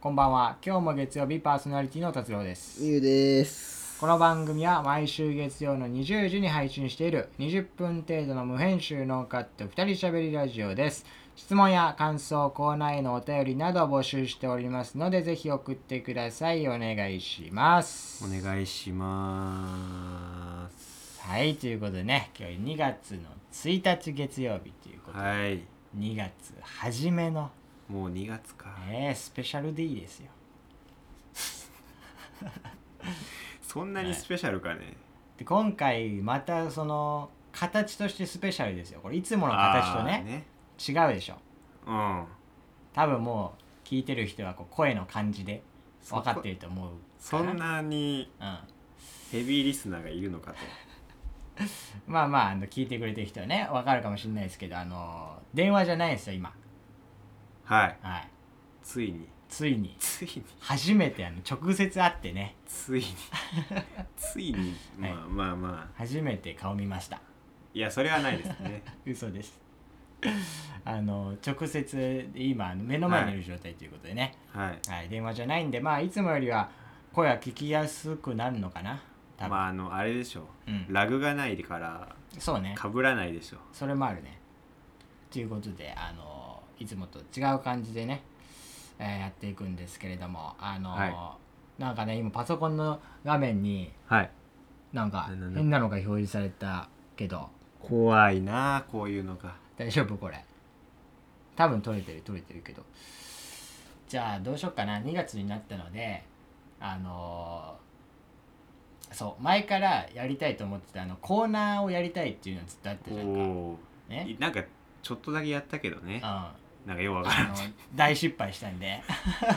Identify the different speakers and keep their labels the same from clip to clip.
Speaker 1: こんばんは今日も月曜日パーソナリティの達郎です
Speaker 2: ゆうです。
Speaker 1: この番組は毎週月曜の20時に配信している20分程度の無編集ノーカット2人喋りラジオです質問や感想コーナーへのお便りなどを募集しておりますのでぜひ送ってくださいお願いします
Speaker 3: お願いします
Speaker 1: はいということでね今日2月の1日月曜日ということで、
Speaker 3: はい
Speaker 1: 2月初めの、
Speaker 3: もう2月か
Speaker 1: ねスペシャル D ですよ
Speaker 3: そんなにスペシャルかね、
Speaker 1: で今回またその形としてスペシャルですよこれいつもの形と
Speaker 3: あ
Speaker 1: ね
Speaker 3: ー
Speaker 1: 違うでしょ
Speaker 3: うん
Speaker 1: 多分もう聞いてる人はこう声の感じで
Speaker 3: そこ
Speaker 1: 分かってると思う
Speaker 3: そんなに
Speaker 1: うん、
Speaker 3: ヘビーリスナーがいるのかと
Speaker 1: まあまああの聞いてくれてる人はね分かるかもしれないですけどあの電話じゃないですよ今
Speaker 3: はい
Speaker 1: はい
Speaker 3: ついに
Speaker 1: ついに
Speaker 3: ついに
Speaker 1: 初めてあの直接会ってね
Speaker 3: ついにつ いにまあまあまあ
Speaker 1: 初めて顔見ました
Speaker 3: いやそれはないですね
Speaker 1: 嘘ですあの直接今あの目の前にいる状態ということでね、
Speaker 3: はい
Speaker 1: はい、電話じゃないんで、まあ、いつもよりは声は聞きやすくなるのかな、多分。
Speaker 3: まああのあれでしょ
Speaker 1: うん、
Speaker 3: ラグがないから
Speaker 1: そうね、
Speaker 3: 被らないでしょ
Speaker 1: それもあるね。ということで、あのいつもと違う感じでね、えーやっていくんですけれども、あの
Speaker 3: は
Speaker 1: なんかね、今、パソコンの画面に、
Speaker 3: はい
Speaker 1: なんか
Speaker 3: ななな
Speaker 1: 変なのが表示されたけど、
Speaker 3: 怖いなあこういうのが
Speaker 1: 大丈夫これ。多分取れてる、取れてるけど。じゃあ、どうしようかな、2月になったので、あのーそう前からやりたいと思ってたあのコーナーをやりたいっていうのはずっとあった
Speaker 3: お
Speaker 1: じゃんか、
Speaker 3: お
Speaker 1: ね
Speaker 3: なんかちょっとだけやったけどね
Speaker 1: うん、あ
Speaker 3: なんかようわからん
Speaker 1: の大失敗したんで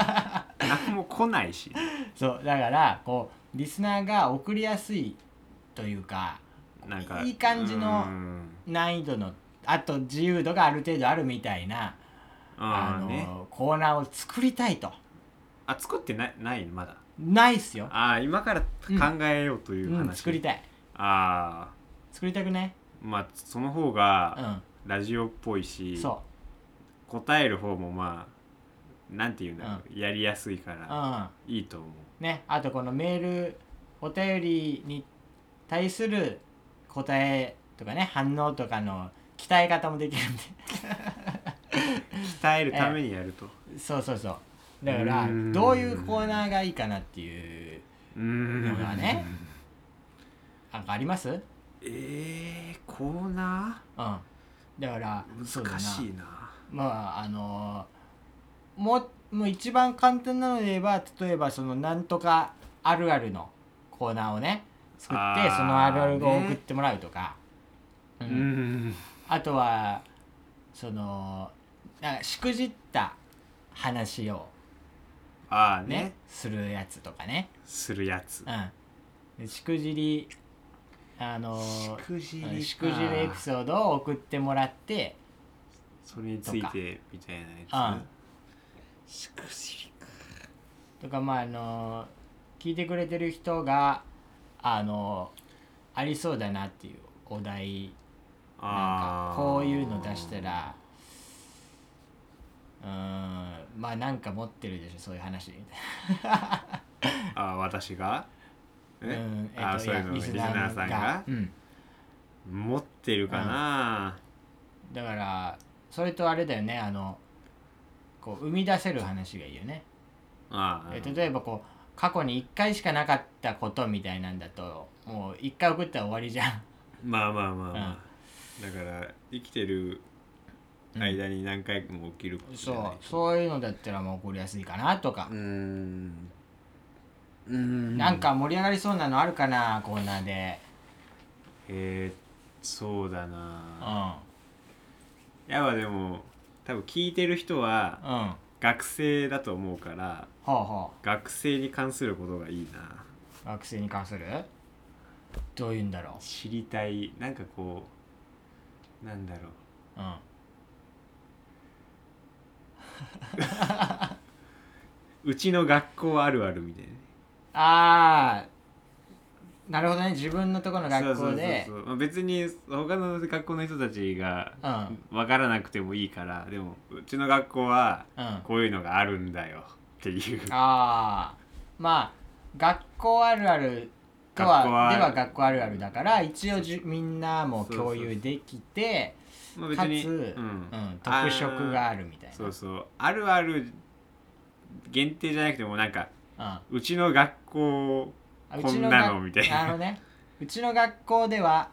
Speaker 3: 何も来ないし
Speaker 1: そうだからこうリスナーが送りやすいというか
Speaker 3: なんか
Speaker 1: いい感じの
Speaker 3: うん
Speaker 1: 難易度のあと自由度がある程度あるみたいな
Speaker 3: あ
Speaker 1: あ
Speaker 3: ー
Speaker 1: の、
Speaker 3: ね
Speaker 1: コーナーを作りたいと
Speaker 3: あ作ってないないまだ
Speaker 1: ないっすよ、
Speaker 3: ああ今から考えようという話、
Speaker 1: うん、作りたい
Speaker 3: ああ
Speaker 1: 作りたくね
Speaker 3: まあその方
Speaker 1: う
Speaker 3: が
Speaker 1: ん
Speaker 3: ラジオっぽいし、
Speaker 1: そ
Speaker 3: 答える方もまあなんていうんだろう、やりやすいか
Speaker 1: う
Speaker 3: ら
Speaker 1: うん
Speaker 3: いいと思う
Speaker 1: ね、あとこのメールお便りに対する答えとかね反応とかの鍛え方もでき るん
Speaker 3: 鍛えるためにやると、
Speaker 1: でそうそうそうだから
Speaker 3: うーん
Speaker 1: どういうコーナーがいいかなっていう
Speaker 3: うーん
Speaker 1: のがねなんかありますうん
Speaker 3: えー、コーナ
Speaker 1: だからそう
Speaker 3: ー
Speaker 1: だな
Speaker 3: 難しいな
Speaker 1: まああのーもうもう一番簡単なので言えば例えばそのなんとかあるあるのコーナーをね作っ
Speaker 3: あ
Speaker 1: て
Speaker 3: ー
Speaker 1: そのあるあるを
Speaker 3: ね
Speaker 1: 送ってもらうとか、う
Speaker 3: うんーん
Speaker 1: あとはそのなんかしくじった話を
Speaker 3: ああ
Speaker 1: ね
Speaker 3: ね
Speaker 1: するやつとかね、
Speaker 3: するやつ
Speaker 1: うん、でしくじりあの
Speaker 3: しくじりか
Speaker 1: しくじりエピソードを送ってもらって
Speaker 3: それについてみたいなやつしくじりか
Speaker 1: とかまああの聞いてくれてる人があのありそうだなっていうお題なんかこういうの出したらうーんまあなんか持ってるでしょそういう話
Speaker 3: あー私がえ、
Speaker 1: うん
Speaker 3: あーそういうのリスナーさんが
Speaker 1: うん、
Speaker 3: 持ってるかな、
Speaker 1: だからそれとあれだよねあのこう生み出せる話がいいよね、
Speaker 3: ああ
Speaker 1: え例えばこう過去に1回しかなかったことみたいなんだともう1回送ったら終わりじゃん
Speaker 3: まあまあまあまあ、だから生きてる間に何回も起きることじゃない
Speaker 1: そうそういうのだったらもう送りやすいかなとか
Speaker 3: う、ーんうーん
Speaker 1: なんか盛り上がりそうなのあるかなコーナーで
Speaker 3: えー、そうだ
Speaker 1: うん
Speaker 3: なやっぱでも多分聞いてる人は
Speaker 1: うん
Speaker 3: 学生だと思うから
Speaker 1: ほうほ
Speaker 3: 学生に関することがいいな
Speaker 1: う学生に関するどういうんだろ
Speaker 3: 知りたいなんかこうなんだろう
Speaker 1: ううん
Speaker 3: うちの学校あるあるみたいなね
Speaker 1: あーなるほどね自分のところの学校で
Speaker 3: そうそうそうそうまあ別に他の学校の人たちが
Speaker 1: うん
Speaker 3: 分からなくてもいいからでもうちの学校は
Speaker 1: うん
Speaker 3: こういうのがあるんだよっていう
Speaker 1: ああまあ学校あるあるとは
Speaker 3: 学校ある
Speaker 1: では学校あるあるだから一応じゅみんなも共有できて
Speaker 3: まあ
Speaker 1: かつ、う
Speaker 3: うんん、
Speaker 1: 特色があるみたいな
Speaker 3: そうそうあるある限定じゃなくてもなんか
Speaker 1: うんあ
Speaker 3: うちの学校こんなのみたいな
Speaker 1: あのねうちの学校では、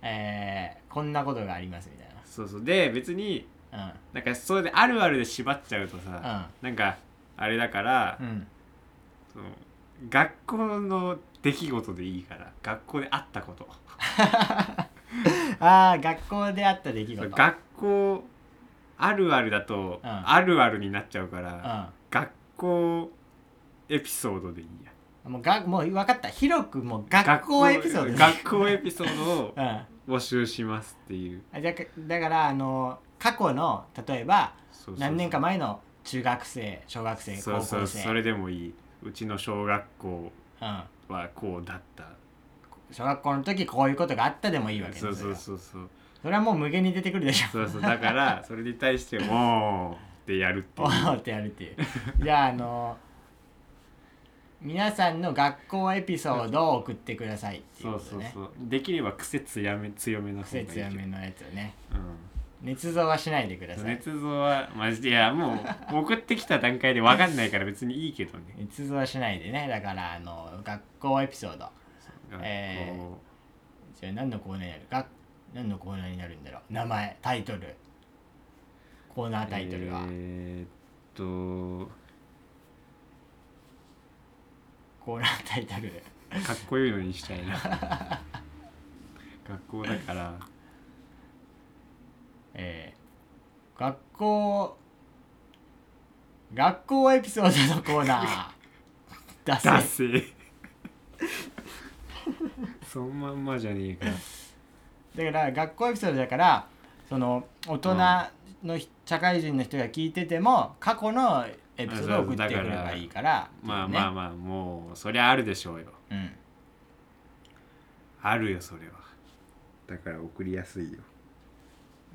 Speaker 1: えーこんなことがありますみたい
Speaker 3: そうそうで別に
Speaker 1: な
Speaker 3: なんかそれであるあるで縛っちゃうとさ、なんかあれだから、
Speaker 1: うんうん
Speaker 3: その学校の出来事でいいから学校であったこと
Speaker 1: ああ学校であった出来事
Speaker 3: 学校あるあるだと、
Speaker 1: うん
Speaker 3: あるあるになっちゃうか
Speaker 1: う
Speaker 3: ら、
Speaker 1: ん
Speaker 3: 学校エピソードでいいや
Speaker 1: もうがもう分かった広くもう学校エピソードね
Speaker 3: 学校エピソードを
Speaker 1: うんあ
Speaker 3: 募集しますっていう
Speaker 1: だかだからあの過去の例えば
Speaker 3: そうそうそう
Speaker 1: 何年か前の中学生小学生
Speaker 3: そう
Speaker 1: 高
Speaker 3: そ
Speaker 1: 校
Speaker 3: う
Speaker 1: 生
Speaker 3: それでもいいうちの小学校
Speaker 1: うん、
Speaker 3: はこうだった
Speaker 1: 小学校の時こういうことがあったでもいいわけです
Speaker 3: そう
Speaker 1: そ
Speaker 3: そう
Speaker 1: れは
Speaker 3: そうそう
Speaker 1: それはもう無限に出てくるでしょ
Speaker 3: そうそうだからそれに対して「もう」ってやるってい
Speaker 1: お
Speaker 3: う
Speaker 1: ーってやるっていうじゃああの皆さんの学校エピソードを送ってくださいってい
Speaker 3: そうう
Speaker 1: こ
Speaker 3: そ
Speaker 1: と
Speaker 3: う
Speaker 1: ね
Speaker 3: そうできれば癖強め強めの方が
Speaker 1: 癖
Speaker 3: いいけ
Speaker 1: 強
Speaker 3: ど
Speaker 1: めのやつをね
Speaker 3: うん
Speaker 1: 捏造はしないでください
Speaker 3: 捏造はマジでいやもう送ってきた段階で分かんないから別にいいけどね
Speaker 1: 捏造はしないでねだからあの学校エピソード
Speaker 3: 学
Speaker 1: え
Speaker 3: 校
Speaker 1: じゃあ何のコーナーやるか何のコーナーになるんだろう名前タイトルコーナータイトルは、
Speaker 3: えーっ
Speaker 1: コーナータイトル
Speaker 3: とかっこいいのにしたいな 学校だから
Speaker 1: えー、学校学校エピソードのコーナーだせ
Speaker 3: ダセえそのまんまじゃね えか
Speaker 1: だから学校エピソードだからその大人のひ、社会人の人が聞いてても過去のエピソードを送ってくればいいから
Speaker 3: まあまあ
Speaker 1: あ
Speaker 3: まあもうそりゃあるでしょうよ
Speaker 1: うん
Speaker 3: あるよそれはだから送りやすいよ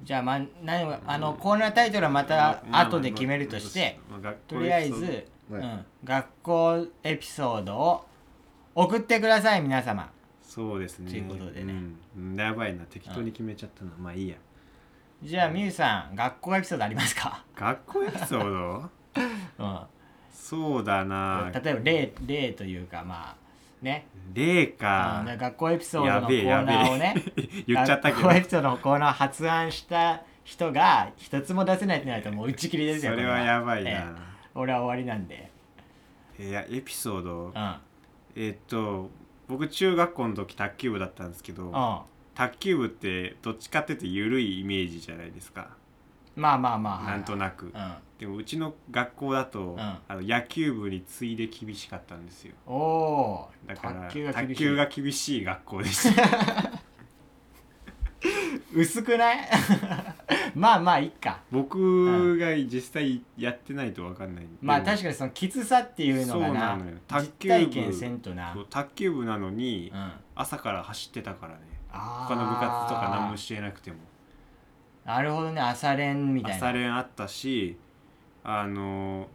Speaker 1: じゃあ,、まあ、何をあのコーナータイトルはまた後で決めるとして、
Speaker 3: まあまあまあ
Speaker 1: とりあえず、う
Speaker 3: はい
Speaker 1: ん、学校エピソードを送ってください皆様
Speaker 3: そうですね
Speaker 1: ということでね
Speaker 3: うん、やばいな適当に決めちゃったな、まあいいや
Speaker 1: じゃあみゆさん学校エピソードありますか、
Speaker 3: 学校エピソー ド
Speaker 1: うん、
Speaker 3: そうだな
Speaker 1: 例えば例例というかまあね
Speaker 3: 例
Speaker 1: あ
Speaker 3: か
Speaker 1: の学校エピソードのコ
Speaker 3: やべえや
Speaker 1: ー
Speaker 3: べえ
Speaker 1: ナーをね
Speaker 3: 言っちゃったけど
Speaker 1: 学校エピソードのコーナーを発案した人が一つも出せないってなるともう打ち切りです
Speaker 3: そ
Speaker 1: よ
Speaker 3: れはやばいな、
Speaker 1: ええ俺は終わりなんで
Speaker 3: いやエピソード
Speaker 1: うん
Speaker 3: えーっと僕中学校の時卓球部だったんですけど、
Speaker 1: うんま
Speaker 3: 卓球部ってどっちかっていうと緩いイメージじゃないですか
Speaker 1: あまあまあ
Speaker 3: なんと
Speaker 1: な
Speaker 3: なく
Speaker 1: くうん
Speaker 3: でもうちの学校だと、
Speaker 1: ん
Speaker 3: あの野球部に次いで厳しかったんですよ
Speaker 1: おおー
Speaker 3: だから
Speaker 1: 卓球が厳しい
Speaker 3: が厳しい学校 でした
Speaker 1: 薄くない まあまあいっか
Speaker 3: 僕が実際やってないと分かんない
Speaker 1: まあ
Speaker 3: でも
Speaker 1: 確かにそのきつさっていうのが
Speaker 3: そうな
Speaker 1: な
Speaker 3: のよ
Speaker 1: 実
Speaker 3: 卓球部
Speaker 1: 体験せんとな
Speaker 3: そう卓球部なのに、
Speaker 1: うん
Speaker 3: 朝から走ってたからね
Speaker 1: 他
Speaker 3: 他の部活とか何もしてなくても
Speaker 1: なるほどね朝練みたいな
Speaker 3: 朝練あったしあの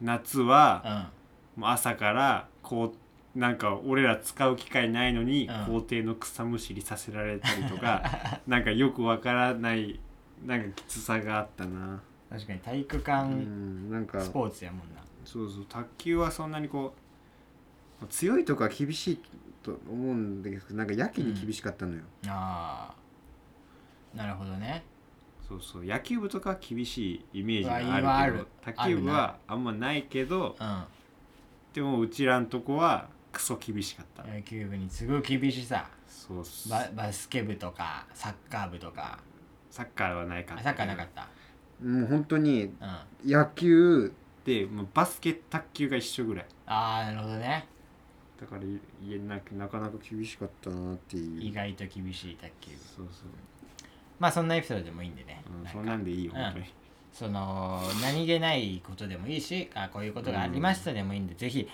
Speaker 3: 夏は、
Speaker 1: うん
Speaker 3: もう朝からこうなんか俺ら使う機会ないのに、
Speaker 1: うん
Speaker 3: 校庭の草むしりさせられたりとか なんかよくわからないなんかきつさがあったな、
Speaker 1: 確かに体育
Speaker 3: う
Speaker 1: 館
Speaker 3: ん、なんか
Speaker 1: スポーツやもんな
Speaker 3: そうそう卓球はそんなにこう強いとか厳しいと思うんだけどなんかやけに厳しかったのよ、
Speaker 1: ああなるほどね
Speaker 3: そうそう野球部とかは厳しいイメージ
Speaker 1: う
Speaker 3: が
Speaker 1: わ
Speaker 3: あ
Speaker 1: あ
Speaker 3: るけ
Speaker 1: る
Speaker 3: ど卓球部はあんまないけど
Speaker 1: うん
Speaker 3: でもうちらんとこはクソ厳しかった、
Speaker 1: 野球部にすごい厳しさ
Speaker 3: そうっす
Speaker 1: ババスケ部とかサッカー部とか
Speaker 3: サッカーはないか
Speaker 1: あ
Speaker 3: ら
Speaker 1: サッカーなかった
Speaker 2: もう本当に
Speaker 1: うんあ
Speaker 2: 野球
Speaker 3: でもうバスケ卓球が一緒ぐらい
Speaker 1: あーなるほどね
Speaker 3: だから家なくなかなか厳しかったなっていう
Speaker 1: 意外と厳しい卓球部
Speaker 3: そうそう、
Speaker 1: まあそんなエピソードでもいいんでね、
Speaker 3: うん、
Speaker 1: なん
Speaker 3: そ
Speaker 1: か
Speaker 3: んなんでいいよ
Speaker 1: うん
Speaker 3: 本当に、
Speaker 1: その何気ないことでもいいしあこういうことがありましたでもいいんで、ぜひ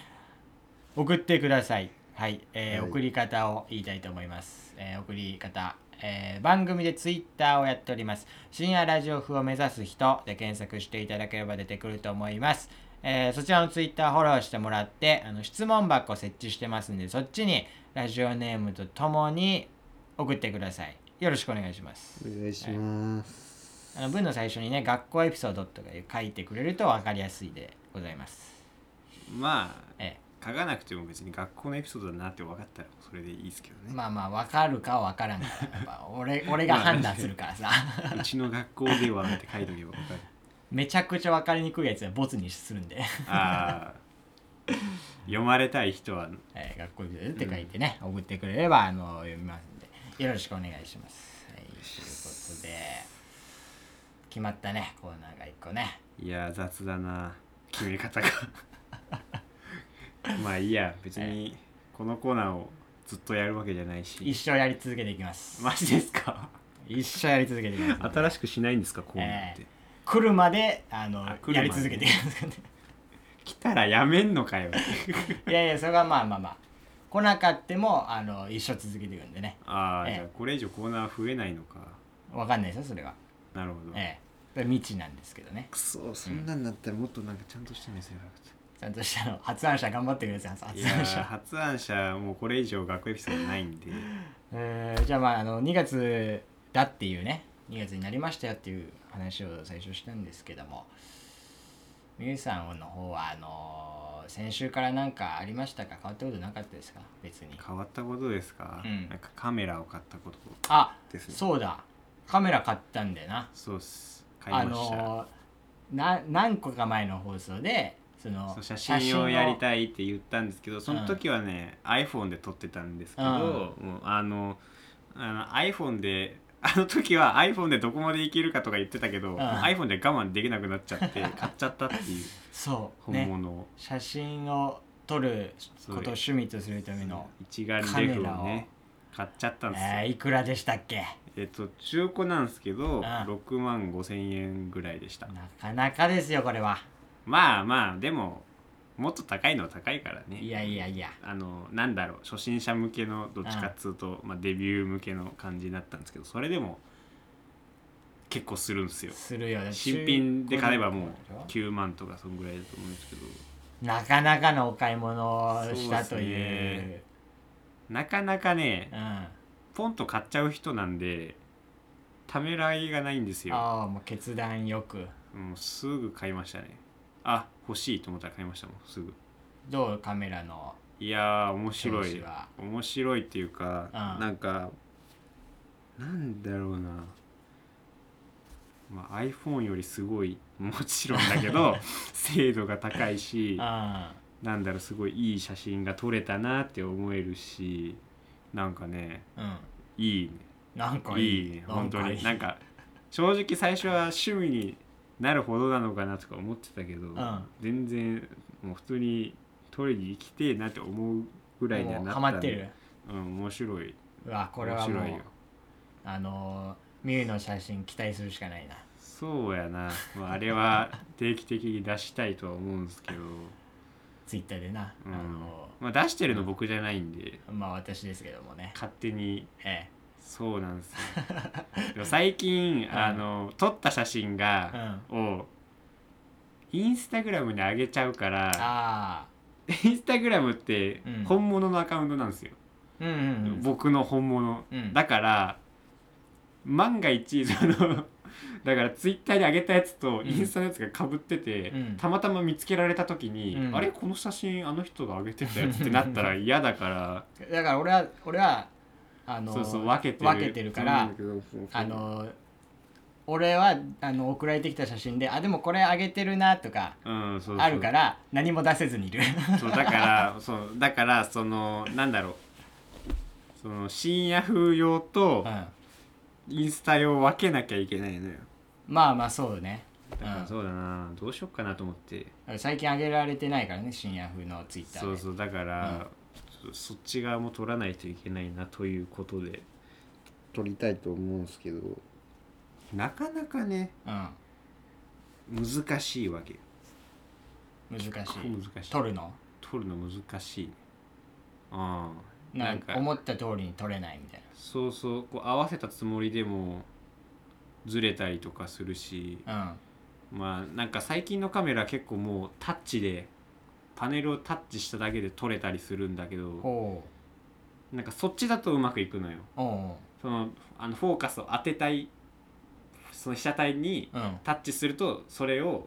Speaker 1: 送ってくださいはい、えー
Speaker 2: はい
Speaker 1: 送り方を言いたいと思います、えー送り方、えー番組でツイッターをやっております深夜ラジオ風を目指す人で検索していただければ出てくると思いますえーそちらのツイッターフォローしてもらってあの質問箱設置してますんでそっちにラジオネームとともに送ってくださいよろしくお願いします
Speaker 2: お願いします。
Speaker 1: あの文の最初にね学校エピソードとか書いてくれると分かりやすいでございます
Speaker 3: まあ、
Speaker 1: え
Speaker 3: 書かなくても別に学校のエピソードだなって分かったらそれでいいですけど ね、
Speaker 1: まあまあ分かるか分からんかやっぱ 俺俺が判断するからさ
Speaker 3: うちの学校ではって書いとけば分かる
Speaker 1: めちゃくちゃ分かりにくいやつはボツにするんで、
Speaker 3: ああ 読まれたい人は
Speaker 1: えー学校エピソードって書いてね、送ってくれればあの読みますんでよろしくお願いします、はい、ということで決まったねコーナーが一個ね
Speaker 3: いやー雑だな決め方が まあいいや別にこのコーナーをずっとやるわけじゃない
Speaker 1: 一
Speaker 3: し
Speaker 1: 生やり続けていきます
Speaker 3: マジですか
Speaker 1: 一生やり続けていきます
Speaker 3: 新しくしないんですかコーナーって、
Speaker 1: え来るまであの
Speaker 3: あ来るまで
Speaker 1: やり続けていきますからね
Speaker 3: 来たらやめんの かよ
Speaker 1: いやいやそれはまあまあまあ来なかってもあの一生続けていくんでね
Speaker 3: ああ、
Speaker 1: ええ
Speaker 3: じゃあこれ以上コーナー増えないのか
Speaker 1: わかんないですよそれは
Speaker 3: なるほど、
Speaker 1: ええ未知なんですけどね
Speaker 2: くそ、そんなんだったらもっとなんかちゃんとしてみせよ
Speaker 1: ちゃんとしたの発案者頑張ってください
Speaker 3: い
Speaker 1: 発
Speaker 3: や
Speaker 1: 案
Speaker 3: ー
Speaker 1: 者、
Speaker 3: 発案者もうこれ以上学エピソードないんで
Speaker 1: えーじゃあまああの2月だっていうね2月になりましたよっていう話を最初したんですけどもみゆさんの方はあの先週から何かありましたか変わったことなかったですか別に
Speaker 3: 変わったことですか、
Speaker 1: うん
Speaker 3: なんかカメラを買ったこと
Speaker 1: あ
Speaker 3: ですね
Speaker 1: そうだカメラ買ったんだよな
Speaker 3: そうっす買
Speaker 1: あ
Speaker 3: いました、
Speaker 1: のーな何個か前の放送でその
Speaker 3: そう写真をやり
Speaker 1: い
Speaker 3: たいって言ったんですけどその時はね、iPhone で撮ってたんですけど、
Speaker 1: うん
Speaker 3: もうあのあの iPhone であの時は iPhone でどこまでいけるかとか言ってたけど、
Speaker 1: ん
Speaker 3: iPhone で我慢できなくなっちゃっ て買っちゃったっていう
Speaker 1: そう
Speaker 3: 本
Speaker 1: ね
Speaker 3: 物を、
Speaker 1: 写真を撮ることを趣味とするための
Speaker 3: 一眼レフを
Speaker 1: カメラを
Speaker 3: ね買っちゃったんですよ、
Speaker 1: えーいくらでしたっけ
Speaker 3: えっと中古なんですけど、
Speaker 1: ん
Speaker 3: 6万5千円ぐらいでした
Speaker 1: なかなかですよこれは
Speaker 3: まあまあでももっと高いのは高いからね
Speaker 1: いやいやいや
Speaker 3: あのなんだろう初心者向けのどっちかっつうと、まあ、デビュー向けの感じになったんですけどそれでも結構するんですよ
Speaker 1: するよね
Speaker 3: 新品で買えばもう
Speaker 1: 中
Speaker 3: 9万とかそんぐらいだと思うんですけど
Speaker 1: 古なかなかのお買い物をしたという
Speaker 3: そうでなかなかね
Speaker 1: うん、あ
Speaker 3: ポンと買っちゃう人なんでためらいがないんですよ、
Speaker 1: あもう決断よく
Speaker 3: もうすぐ買いましたねあ欲しいと思ったら買いましたもんすぐ
Speaker 1: どうカメラの
Speaker 3: いやー面白
Speaker 1: 調子
Speaker 3: い
Speaker 1: は
Speaker 3: 面白いっていうか、
Speaker 1: うん
Speaker 3: なんかなんだろうな、まあ、iPhone よりすごいもちろんだけ ど精度が高いし
Speaker 1: うん
Speaker 3: なんだろうすごいいい写真が撮れたなって思えるしなんかね
Speaker 1: うん
Speaker 3: いいね
Speaker 1: なんかいい
Speaker 3: いいね本当になん
Speaker 1: か
Speaker 3: か正直最初は趣味になるほどなのかなとか思ってたけど、
Speaker 1: ん
Speaker 3: 全然もう普通に撮りに行きてえなって思うぐらいには
Speaker 1: もう
Speaker 3: なった
Speaker 1: ハマってる
Speaker 3: うん面白いう
Speaker 1: わこれはも
Speaker 3: 面
Speaker 1: う
Speaker 3: 白いよ
Speaker 1: あのーミュウの写真期待するしかないな
Speaker 3: そうや な、まあ、あれは定期的に出したいとは思うんですけど、
Speaker 1: ツイッターでな、
Speaker 3: うん
Speaker 1: あの
Speaker 3: まあ、出してるの僕じゃないんで
Speaker 1: ーまあ私ですけどもね
Speaker 3: 勝手に
Speaker 1: え
Speaker 3: そうなん ですよでも最近
Speaker 1: ん
Speaker 3: あの撮った写真
Speaker 1: えうん
Speaker 3: が、
Speaker 1: あ
Speaker 3: をインスタグラムに上げちゃうから
Speaker 1: あ
Speaker 3: インスタグラムって
Speaker 1: うん
Speaker 3: 本物のアカウントなんですよ、
Speaker 1: うんうんうん
Speaker 3: 僕の本物、
Speaker 1: うん
Speaker 3: だから万が一その だからツイッターに上げたやつと
Speaker 1: ん
Speaker 3: インスタのやつがかぶってて、
Speaker 1: うん
Speaker 3: たまたま見つけられた時に、
Speaker 1: うん
Speaker 3: あれこの写真あの人が上げてたやつってなっ たら嫌だから
Speaker 1: だから俺は俺はあのー
Speaker 3: そうそう分けてる
Speaker 1: 分けてる
Speaker 2: う
Speaker 1: か
Speaker 2: かな
Speaker 1: ら
Speaker 2: んだけど。
Speaker 1: あのー俺はあの送られてきた写真であでもこれあげてるなとか
Speaker 3: うんそうそう
Speaker 1: あるから何も出せずにいる
Speaker 3: そうだからそうだからそのなんだろうその深夜風用
Speaker 1: うん
Speaker 3: と
Speaker 1: ま
Speaker 3: インスタ用分けなきゃいけないのよ
Speaker 1: あまあそうね
Speaker 3: だからそうだなどうしよっかなと思って
Speaker 1: 最近あげられてないからね深夜風のツイッター
Speaker 3: そう
Speaker 1: で
Speaker 3: そうだから、そそっち側も取らないといけないなということで
Speaker 2: 撮りたいと思うんですけど。
Speaker 3: なかなかね難しいわけ
Speaker 1: うん難しい
Speaker 3: 難しい
Speaker 1: 撮るの
Speaker 3: 取るの難しいねああ
Speaker 1: なんか思った通りに撮れないみたい
Speaker 3: そうそうこう合わせたつもりでもずれたりとかするし
Speaker 1: なうん
Speaker 3: まあなんか最近のカメラ結構もうタッチでパネルをタッチしただけで撮れたりするんだけど
Speaker 1: ほ
Speaker 3: なんかそっちだとうまくいくのよ
Speaker 1: うお
Speaker 3: そのあのフォーカスを当てたいその被写体に
Speaker 1: ううん
Speaker 3: タッチするとそれを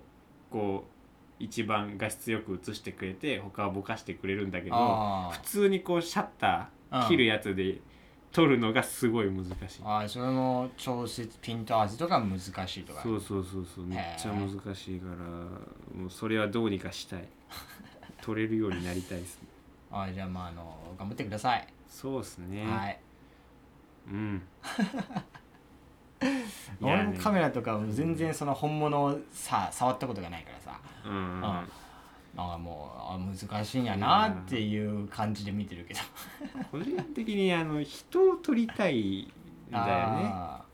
Speaker 3: こう一番画質よく映してくれて他はぼかしてくれるんだけど
Speaker 1: あ
Speaker 3: 普通にこうシャッタ
Speaker 1: あ
Speaker 3: ー切るやつで撮るのがすごい難しい
Speaker 1: ああそれも調節ピント合わせとか難しいとか
Speaker 3: そうそうそうそうめっちゃ難しいからもうそれはどうにかしたい取れるようになりたいですね
Speaker 1: ああじゃあまああの頑張ってください、
Speaker 3: そうですね、
Speaker 1: はい
Speaker 3: うんいや
Speaker 1: 俺
Speaker 3: ね
Speaker 1: もカメラとかも全然その本物をさ触ったことがないからさ
Speaker 3: うんうんうん
Speaker 1: あなんかもうあ難しいんやなっていう感じで見てるけど
Speaker 3: 個人的にあの人を撮りたいんだよね
Speaker 1: あ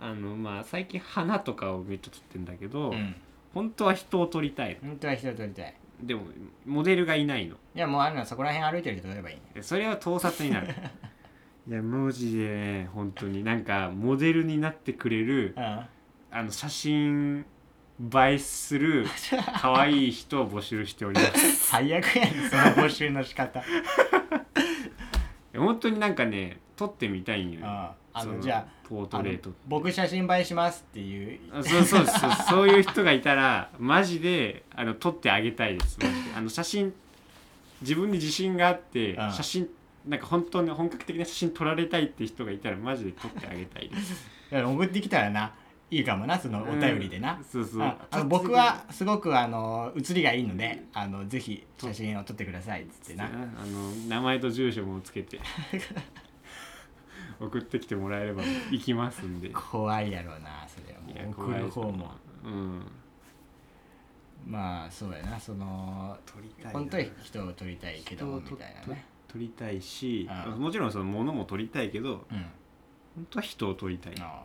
Speaker 3: あのまあ最近花とかをめっちゃ撮ってんだけど、
Speaker 1: ーうん
Speaker 3: 本当は人を撮りたい
Speaker 1: 本当は人を撮りたい
Speaker 3: のでもモデルがいないの
Speaker 1: いやもうあるのはそこら辺歩いてる人撮ればいいね
Speaker 3: それは盗撮に なるいやマジでね本当になんかモデルになってくれる
Speaker 1: うん
Speaker 3: あの写真映え する可愛い人を募集しております
Speaker 1: 最悪やんその募集の仕方
Speaker 3: 本当になんかね撮ってみたいんよ
Speaker 1: う
Speaker 3: ね
Speaker 1: んあ
Speaker 3: そ
Speaker 1: のじゃ
Speaker 3: ポー
Speaker 1: ああ
Speaker 3: トレ
Speaker 1: の
Speaker 3: ート
Speaker 1: 僕写真映えしますっていう
Speaker 3: あそうそうそうそういう人がいたらマジであの撮ってあげたいですマジであの写真自分に自信があって
Speaker 1: うん
Speaker 3: 写真なんか本当に本格的な写真撮られたいって人がいたらマジで撮ってあげたいです
Speaker 1: いや送ってきたらないいかもなその お便りでな、
Speaker 3: うんそうそう
Speaker 1: ああの僕はすごくあの写りがいいのであのぜひ写真を撮ってくださいっつってな
Speaker 3: あの名前と住所もつけて送ってきてもらえれば行きますんでい
Speaker 1: 怖いやろうなそれは
Speaker 3: や
Speaker 1: もう送
Speaker 3: 怖い
Speaker 1: る
Speaker 3: です
Speaker 1: 方も
Speaker 3: うん
Speaker 1: まあそうやなその
Speaker 3: 撮りたいな
Speaker 1: 本当に人を撮りたいけどもみ
Speaker 3: 人を撮
Speaker 1: たいなね
Speaker 3: 撮りたいし
Speaker 1: うん
Speaker 3: もちろんその物も撮りたいけど
Speaker 1: うん
Speaker 3: 本当は人を撮りたい
Speaker 1: ああ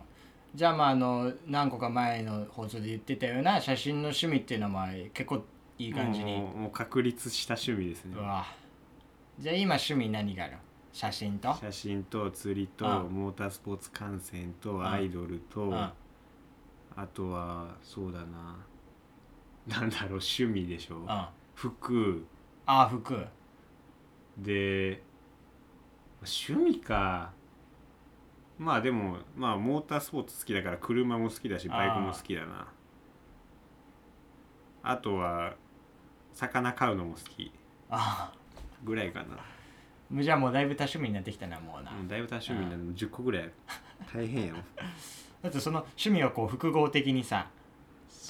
Speaker 1: じゃあまああの何個か前の放送で言ってたような写真の趣味っていうのはまあ結構いい感じに
Speaker 3: もうもう確立した趣味ですね
Speaker 1: うわじゃあ今趣味何がある写真と
Speaker 3: 写真と釣りと
Speaker 1: うん
Speaker 3: モータースポーツ観戦と
Speaker 1: ん
Speaker 3: アイドルと
Speaker 1: ん
Speaker 3: あとはそうだななんだろう趣味でしょ
Speaker 1: うんあ
Speaker 3: 服
Speaker 1: あ服
Speaker 3: で趣味かまあでもまあモータースポーツ好きだから車も好きだしバイクも好きだなあとは魚飼うのも好き
Speaker 1: ああ
Speaker 3: ぐらいかな
Speaker 1: じゃあもうだいぶ多趣味になってきたなもうな、
Speaker 3: うんだいぶ多趣味になる10個ぐらいある
Speaker 2: 大変やん
Speaker 1: だってその趣味をこう複合的にさ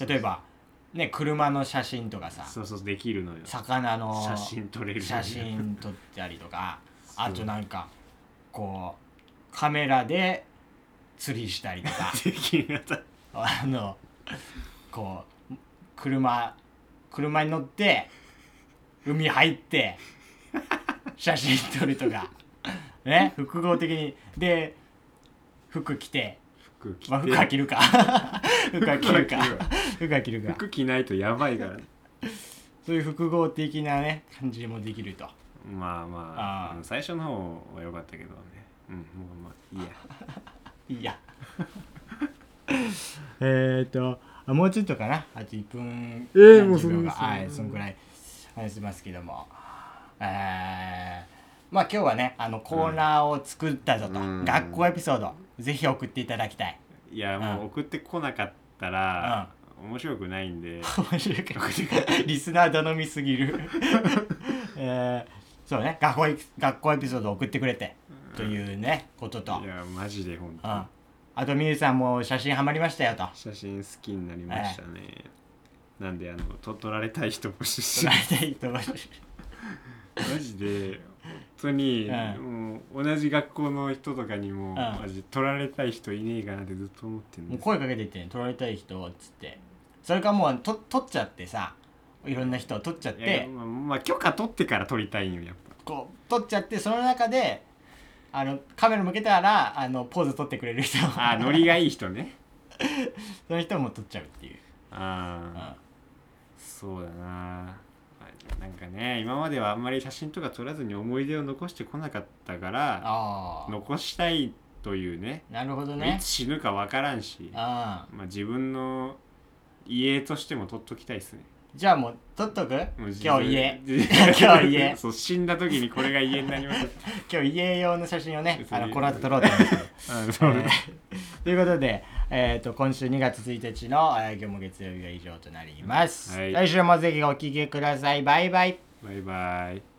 Speaker 1: 例えばね車の写真とかさ
Speaker 3: そうそうできるのよ
Speaker 1: 魚の
Speaker 3: 写真撮れる
Speaker 1: 写真撮ったりとか
Speaker 3: そう
Speaker 1: あとなんかこうカメラで釣りしたりとか
Speaker 3: できるやつ
Speaker 1: あのこう車車に乗って海入って写真撮るとかね複合的にで服着て
Speaker 3: 服着て
Speaker 1: まあ、服は着 るか服は着るか
Speaker 3: 服は着
Speaker 1: 服は着るか
Speaker 3: 服着ないとやばいからね
Speaker 1: そういう複合的なね感じもできると
Speaker 3: まあまあ
Speaker 1: あー
Speaker 3: うん最初の方は良かったけどねうんもうまあいいや
Speaker 1: いや えーっとあもうちょっとかなあと1分
Speaker 2: えーもう
Speaker 1: 30秒が
Speaker 2: そんな
Speaker 1: はいそんくらい話しますけどもえーまあ今日はねあのコーナーを作ったぞと、
Speaker 2: うん
Speaker 1: 学校エピソードぜひ送っていただきたい
Speaker 3: いやも
Speaker 1: う
Speaker 3: う送ってこなかったら面白くない んで
Speaker 1: 面白いけど リスナー頼みすぎる えーそうね学校エピ学校エピソードを送ってくれてというねことと
Speaker 3: いやマジで本当
Speaker 1: ああとみゆさんも写真ハマりました よと
Speaker 3: 写真好きになりましたねなんであのと撮られたい人募集し
Speaker 1: 捉
Speaker 3: て
Speaker 1: えたいと思います
Speaker 3: マジで本当に、
Speaker 1: う
Speaker 3: もう同じ学校の人とかにも、
Speaker 1: ん
Speaker 3: マジ取られたい人いねえかなってずっと思ってるん
Speaker 1: もう
Speaker 3: です
Speaker 1: 声かけてってね撮られたい人っつってそれかもうと取っちゃってさいろんな人を取っちゃっ
Speaker 3: いや
Speaker 1: て
Speaker 3: まあ、まあ、許可取ってから取りたいんよやっぱ
Speaker 1: こう取っちゃってその中であのカメラ向けたらあのポーズ取ってくれる人
Speaker 3: あーノリがいい人ね
Speaker 1: その人も取っちゃうっていう、
Speaker 3: あ
Speaker 1: うん
Speaker 3: あそうだなまあなんかね今まではあんまり写真とか撮らずに思い出を残してこなかったから
Speaker 1: ああ
Speaker 3: 残したいというね
Speaker 1: なるほど
Speaker 3: い
Speaker 1: ね
Speaker 3: つ死ぬか分からんし
Speaker 1: あ
Speaker 3: まあ、自分の家としても取っときたいですね
Speaker 1: じゃあもう取っとく
Speaker 3: もう自
Speaker 1: 今
Speaker 3: 分
Speaker 1: 日 家今
Speaker 3: 今
Speaker 1: 日家
Speaker 3: そう死んだ時にこれが家になります
Speaker 1: 今日家用の写真をね
Speaker 3: そう
Speaker 1: あのこの後撮ろうと 思ってます
Speaker 3: あそう
Speaker 1: えーということで、えー、と今週2月1日の、えー、今日も月曜日は以上となります、
Speaker 3: はい
Speaker 1: 来週もぜひお聴きくださいバイバイ
Speaker 3: バイバイ